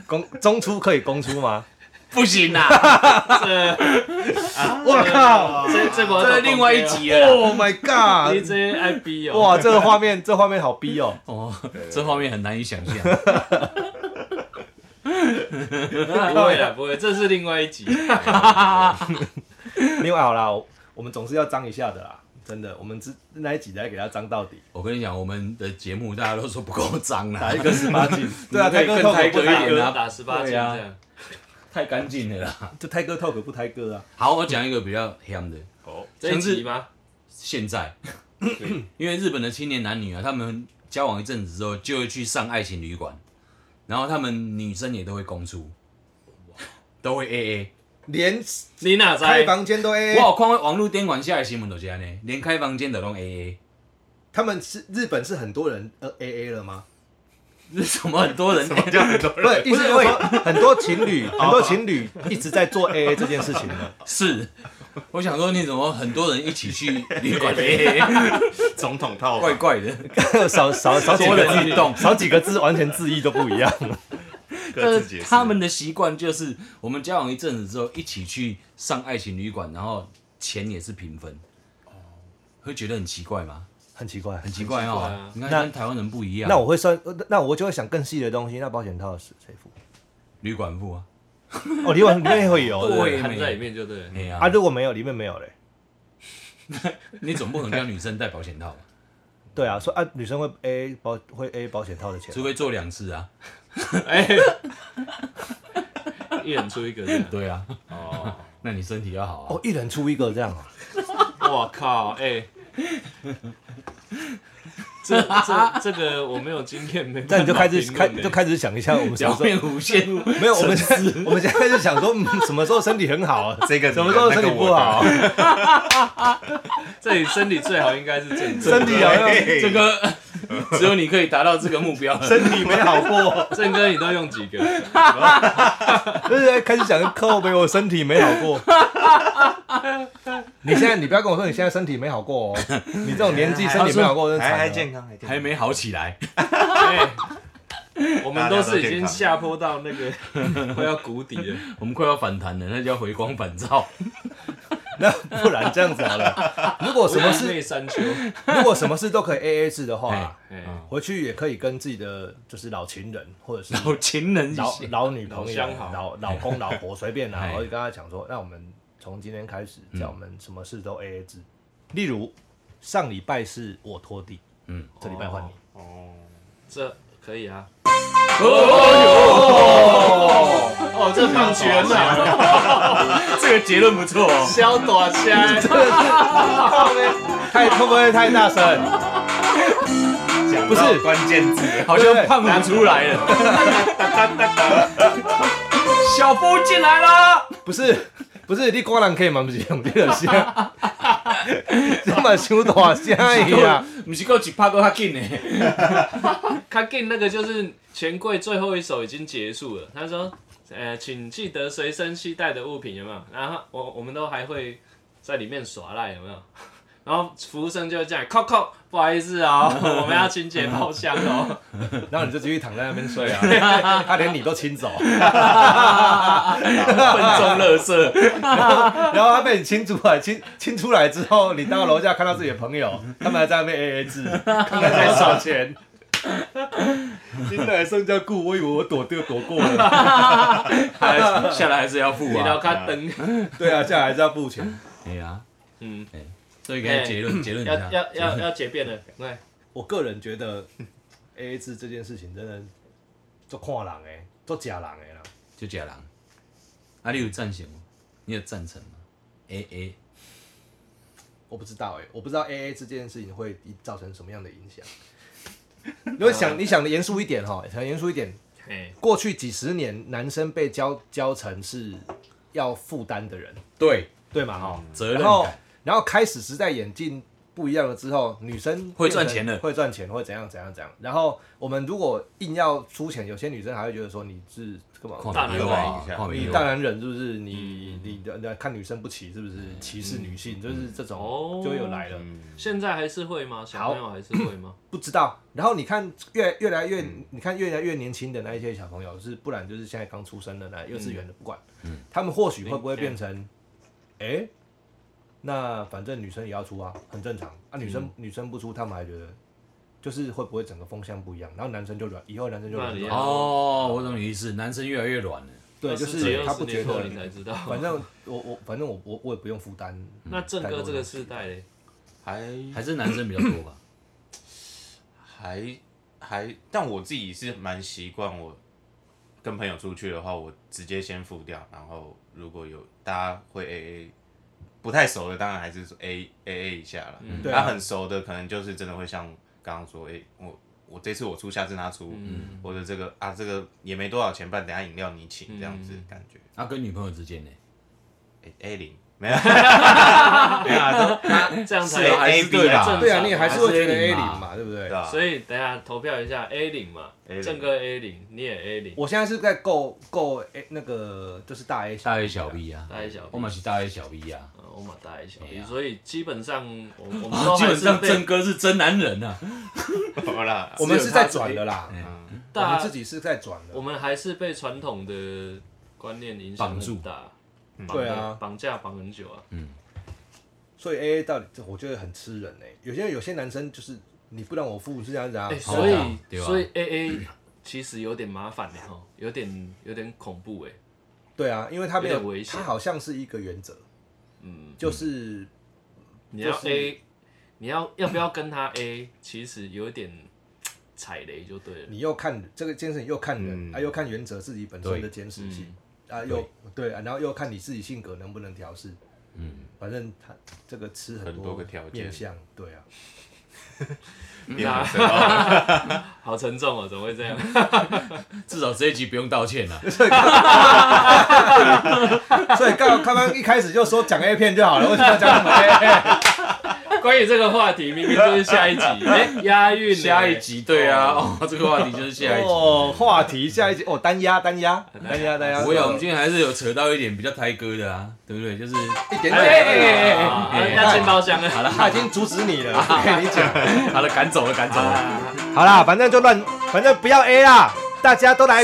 Speaker 2: 公中出可以公出吗？
Speaker 3: 不行
Speaker 2: 啊
Speaker 3: 啦，
Speaker 4: 这
Speaker 2: 我靠
Speaker 4: 这这个
Speaker 3: 这 是另外一，集了啦。
Speaker 2: ！Oh my
Speaker 4: 你
Speaker 2: god！
Speaker 4: 这 I B 哦，
Speaker 2: 哇，这个画面，这画面好逼哦。
Speaker 3: 哦，这方面很难以想象。
Speaker 4: 不会了，不会，这是另外一集。
Speaker 2: 另外好啦，我我们总是要脏一下的啦，真的，我们这那一集来给他脏到底，
Speaker 3: 我跟你讲，我们的节目大家都说不够脏啦
Speaker 2: 来，一个十八 禁。对啊，
Speaker 3: 你可
Speaker 2: 泰
Speaker 3: 以
Speaker 2: 哥 talk 不
Speaker 3: 跟泰哥一
Speaker 2: 泰
Speaker 3: 点
Speaker 2: 哥，
Speaker 3: 啊
Speaker 4: 打十八斤这
Speaker 3: 对
Speaker 4: 样，
Speaker 3: 太干净了啦。
Speaker 2: 就泰哥 talk 不泰哥啊。
Speaker 3: 好，我讲一个比较香的，
Speaker 4: 这一集吗？
Speaker 3: 现在，因为日本的青年男女啊，他们交往一阵子之后，就会去上爱情旅馆，然后他们女生也都会公出，都会 A
Speaker 2: 连
Speaker 4: 你哪
Speaker 2: 开
Speaker 4: 在？
Speaker 2: 房间都 A
Speaker 3: A。
Speaker 2: A，
Speaker 3: 我有看过网络监管下的新闻都是安尼，连开房间都拢 A A，
Speaker 2: 他们是日本是很多人呃 A A 了吗？
Speaker 3: 这是什么很多人
Speaker 6: 这样很多
Speaker 2: 不是，
Speaker 6: 人
Speaker 2: 意思就是说很多情侣，很多情侣一直在做 A A 这件事情啊的。
Speaker 3: 是？我想说，你怎么很多人一起去旅 馆 A A，
Speaker 6: 总统套
Speaker 3: 怪
Speaker 6: 房，
Speaker 3: 怪的。
Speaker 2: 少少少几个
Speaker 3: 多人运
Speaker 2: 字，少几个字，完全字义都不一样。
Speaker 6: 各
Speaker 3: 但
Speaker 6: 自解
Speaker 3: 是
Speaker 6: 释。
Speaker 3: 呃他们的习惯就是，我们交往一阵子之后，一起去上爱情旅馆，然后钱也是平分。
Speaker 2: 哦
Speaker 3: 会觉得很奇怪吗？
Speaker 2: 很奇怪
Speaker 3: 很。奇怪
Speaker 4: 很
Speaker 3: 哦。
Speaker 4: 奇怪啊
Speaker 3: 你看
Speaker 2: 那
Speaker 3: 跟台湾人不一样。
Speaker 2: 那我会算，那我就会想更细的东西。那保险套是谁付？
Speaker 3: 旅馆部啊，
Speaker 2: 哦，旅馆里面会有
Speaker 3: 对
Speaker 2: 对
Speaker 3: 没
Speaker 4: 含在里面就 对了。
Speaker 3: 哎呀、
Speaker 2: 啊，如果没有，里面没有嘞。
Speaker 3: 你总不能叫女生带保险套吧？
Speaker 2: 对啊，说啊，女生会 A 保会 A 保险套的钱
Speaker 3: 除，非做两 次啊。
Speaker 4: 哎， 一人出一个这样。
Speaker 3: 对啊，
Speaker 4: 哦，
Speaker 3: 那你身体要好啊。
Speaker 2: 哦，一人出一个这样哦。
Speaker 4: 我靠，哎。这这这个我没有经验，没
Speaker 2: 那
Speaker 4: 办法
Speaker 2: 你就开始
Speaker 4: 评
Speaker 2: 开
Speaker 4: 论欸
Speaker 2: 就开始想一下，我们什么
Speaker 3: 表
Speaker 2: 时候
Speaker 3: 面无限，
Speaker 2: 没有？我们现在我们现在就想说，嗯，什么时候身体很好 啊？
Speaker 6: 这个
Speaker 2: 什么时候身体不 好？
Speaker 4: 这里身体最好应该是
Speaker 2: 身
Speaker 4: 健正，
Speaker 2: 体好像
Speaker 3: 这 个只有你可以达到这个目标。
Speaker 2: 身体没好过，
Speaker 4: 正哥你都用几个？
Speaker 2: 就是开始想靠背，我身体没好过。你现在你不要跟我说你现在身体没好过哦， 你这种年纪身体没好啊过，真的
Speaker 6: 还
Speaker 2: 惨
Speaker 6: 还
Speaker 2: 了
Speaker 6: 健康，还健康
Speaker 3: 还没好起来，
Speaker 4: 哎我们都是已经下坡到那 个快要谷底了，
Speaker 3: 我们快要反弹了，那叫回光 返照。
Speaker 2: 那不然这样子好了，如果什么
Speaker 4: 无
Speaker 2: 事
Speaker 4: 内山丘？
Speaker 2: 如果什么事都可以 A A 制的话，
Speaker 4: 哎
Speaker 2: 回去也可以跟自己的就是老情人或者是
Speaker 3: 老情人
Speaker 2: 老
Speaker 3: 节
Speaker 2: 老女朋
Speaker 4: 老
Speaker 2: 友
Speaker 4: 相、好
Speaker 2: 老老公、老 婆随便啦，
Speaker 3: 哎
Speaker 2: 我就跟他讲说，那我们从今天开始，
Speaker 4: 嗯
Speaker 2: 叫我们什么事都 A A 制。例如上礼拜是我拖地，嗯
Speaker 3: 嗯，
Speaker 2: 这礼拜换你。
Speaker 6: 哦，
Speaker 4: 这可以啊。
Speaker 2: 哦，
Speaker 4: 哦，这啊放权了，
Speaker 3: 这个结论不错哦。
Speaker 4: 小短虾。
Speaker 2: 啊
Speaker 4: 哦
Speaker 2: 太会不会太大声？
Speaker 6: 不是关键字，
Speaker 3: 好像胖虎出来 了，小夫进来啦！
Speaker 2: 不是不是，你光人可以吗？不是用这个 声，这么小大声 呀？
Speaker 3: 不是够一拍够较紧呢，
Speaker 4: 他给那个就是钱柜最后一首已经结束了，他说，呃，请记得随身携带的物品有没有？然后我我们都还会在里面耍赖有没有？ 然后服务生就会这样，扣扣，不好意思啊、我们要清洁包厢 哦。
Speaker 2: 然后你就继续躺在那边睡 啊，他连你都清走，
Speaker 3: 笨重乐色，
Speaker 2: 然后他被你清出来，清清出来之后，你到楼下看到自己的朋友，他们还在那边 A A 制，看看在少钱。你奶剩下顾，我以为我躲掉躲过了。
Speaker 3: 还下来还是要付
Speaker 4: 你要
Speaker 3: 啊。
Speaker 4: 看灯，
Speaker 2: 对啊，这样还是要付钱。
Speaker 3: 哎呀，哎
Speaker 4: 嗯，
Speaker 3: 所以给结 论结论一
Speaker 4: 要
Speaker 3: 下，
Speaker 4: 要要要结辩了，赶快。
Speaker 2: 我个人觉得 A A 制这件事情真的做看人诶，做假人诶啦。
Speaker 3: 就假狼。啊，你有赞成吗？你有赞成吗？A 哎 A，
Speaker 2: 我不知道哎、我不知道 A A 这件事情会造成什么样的影响。如果想你想的严肃一点哈，想严肃一点，
Speaker 4: 哎，
Speaker 2: 过去几十年男生被教教成是要负担的人，
Speaker 3: 对，
Speaker 2: 对嘛
Speaker 6: 嗯
Speaker 2: 哈？
Speaker 3: 责任
Speaker 2: 然后
Speaker 3: 感，
Speaker 2: 然后开始时代演进不一样了之后，女生
Speaker 3: 会
Speaker 2: 变成
Speaker 3: 赚钱了
Speaker 2: 会赚钱，会怎样怎样怎样。然后我们如果硬要出钱，有些女生还会觉得说你是干嘛？
Speaker 4: 大
Speaker 3: 看美国
Speaker 6: 大
Speaker 3: 啊，
Speaker 6: 牛
Speaker 3: 看美
Speaker 2: 你
Speaker 3: 国
Speaker 2: 大
Speaker 3: 啊
Speaker 2: 男人是不是？
Speaker 3: 嗯
Speaker 2: 你你的你看女生不起是不是歧视女性？
Speaker 3: 嗯
Speaker 2: 就是这
Speaker 4: 哦
Speaker 2: 种就有来了。
Speaker 6: 嗯，
Speaker 4: 现在还是会吗？小朋友还是会吗？
Speaker 2: 不知道。然后你看越越来越，你看越来越年轻的那一些小朋友，是不然就是现在刚出生的那幼稚园的，不管，他们或许会不会变成，嗯哎、那反正女生也要出啊，很正常啊。女生、女生不出，他们还觉得就是会不会整个风向不一样，然后男生就软，以后男生就软
Speaker 4: 那你
Speaker 2: 弱，
Speaker 3: 哦，我懂你意思，男生越来越软了，
Speaker 2: 对，就
Speaker 4: 二十几
Speaker 2: 是
Speaker 4: 二
Speaker 2: 他
Speaker 4: 十
Speaker 2: 不觉
Speaker 4: 年后
Speaker 2: 得
Speaker 4: 你。才知道。
Speaker 2: 反正我我反正我我我也不用负担，
Speaker 4: 那正
Speaker 2: 太多
Speaker 4: 哥
Speaker 2: 了
Speaker 4: 这个世代嘞，
Speaker 6: 还
Speaker 3: 还是男生比较多 吧？
Speaker 6: 还还，但我自己是蛮习惯，我跟朋友出去的话，我直接先付掉，然后如果有大家会 A A，不太熟的当然还是 A A A 一下了，
Speaker 2: 对
Speaker 6: 他
Speaker 2: 啊
Speaker 6: 很熟的可能就是真的会像刚刚说，哎、我我这次我出，下次他出，
Speaker 4: 嗯
Speaker 6: 或者这个啊这个也没多少钱，办等下饮料你请这样子感觉，
Speaker 3: 啊，跟女朋友之间呢？
Speaker 6: 哎 A 零没有， 没有啊，都
Speaker 4: 这 样才
Speaker 6: 是
Speaker 4: 才
Speaker 6: A
Speaker 4: 正
Speaker 6: B 啦
Speaker 4: 常
Speaker 2: 对啊，你也还
Speaker 3: 是
Speaker 2: 是会觉得
Speaker 3: A
Speaker 2: A
Speaker 3: 零
Speaker 2: 零
Speaker 3: 嘛
Speaker 2: 嘛，对不对
Speaker 6: 对？啊，
Speaker 4: 所以等一下投票一下 A 零嘛
Speaker 6: A 零
Speaker 4: 正哥 A 零，你也 A 零，
Speaker 2: 我现在是在够够 A 那个就是大 A
Speaker 3: 大 A 小 B 啊，
Speaker 4: 大 A 小 B
Speaker 3: 我嘛是大 A 小 B 啊。
Speaker 4: 呃我马大一小
Speaker 3: 哎呀
Speaker 4: B，所以基本上我我们都
Speaker 3: 基
Speaker 4: 还
Speaker 3: 本
Speaker 4: 是
Speaker 3: 上
Speaker 4: 被
Speaker 3: 郑哥是真男人啊，
Speaker 6: 怎么啦？
Speaker 2: 我们是在转的啦，我
Speaker 4: 大
Speaker 2: 们自己是在转
Speaker 4: 我
Speaker 2: 的。
Speaker 4: 们还是被传统的观念影响
Speaker 3: 绑住
Speaker 4: 很大，绑
Speaker 2: 对啊
Speaker 4: 绑架绑很久啊，
Speaker 2: 所以 A A 到底，这我觉得很吃人呢、欸有些有些男生就是你不让我付是这样子啊
Speaker 4: 哎，，
Speaker 3: 好
Speaker 4: 所
Speaker 3: 啊
Speaker 4: 以
Speaker 3: 对啊
Speaker 4: 所以 A A 其实有点麻烦的哈，有点有点恐怖哎，
Speaker 2: 对啊，因为他没
Speaker 4: 有点
Speaker 2: 有，
Speaker 4: 危险
Speaker 2: 他好像是一个原则，
Speaker 4: 嗯，
Speaker 2: 就是
Speaker 4: 你要
Speaker 2: 就是
Speaker 4: A，你要要不要跟他 A，其实有点踩雷就对了，
Speaker 2: 你又看这个健身又看人、
Speaker 6: 嗯
Speaker 2: 啊，又看原则自己本身的坚持性
Speaker 4: 嗯，
Speaker 2: 啊，又对啊，然后又看你自己性格能不能调试，嗯，反正他这个吃很
Speaker 6: 很多个条件
Speaker 2: 面向，对 啊，
Speaker 6: 变
Speaker 4: 那
Speaker 6: 成哦
Speaker 4: 好沉重哦，怎么会这样？
Speaker 3: 至少这一集不用道歉啊 了。
Speaker 2: 所以刚刚刚一开始就说讲 A 片就好了，为什么要讲什么 A？
Speaker 4: 关于这个话题，明明就是下一集，哎、押韵、
Speaker 3: 下一，集，对啊， 哦，这个话题就是下一集。
Speaker 2: 哦，话题下一集哦，单压单压单压单压，
Speaker 3: 不会啊，我们今天还是有扯到一点比较台歌的啊，对不对？ 就是
Speaker 2: 一点
Speaker 4: 哎哎哎
Speaker 2: 点。
Speaker 4: 哎哎，要进包厢了，好了，
Speaker 2: 他已经阻止你了，我跟你讲。
Speaker 3: 好了，赶走了，赶走了。
Speaker 2: 好啦，反正就乱，反正不要 A 啦，大家都来。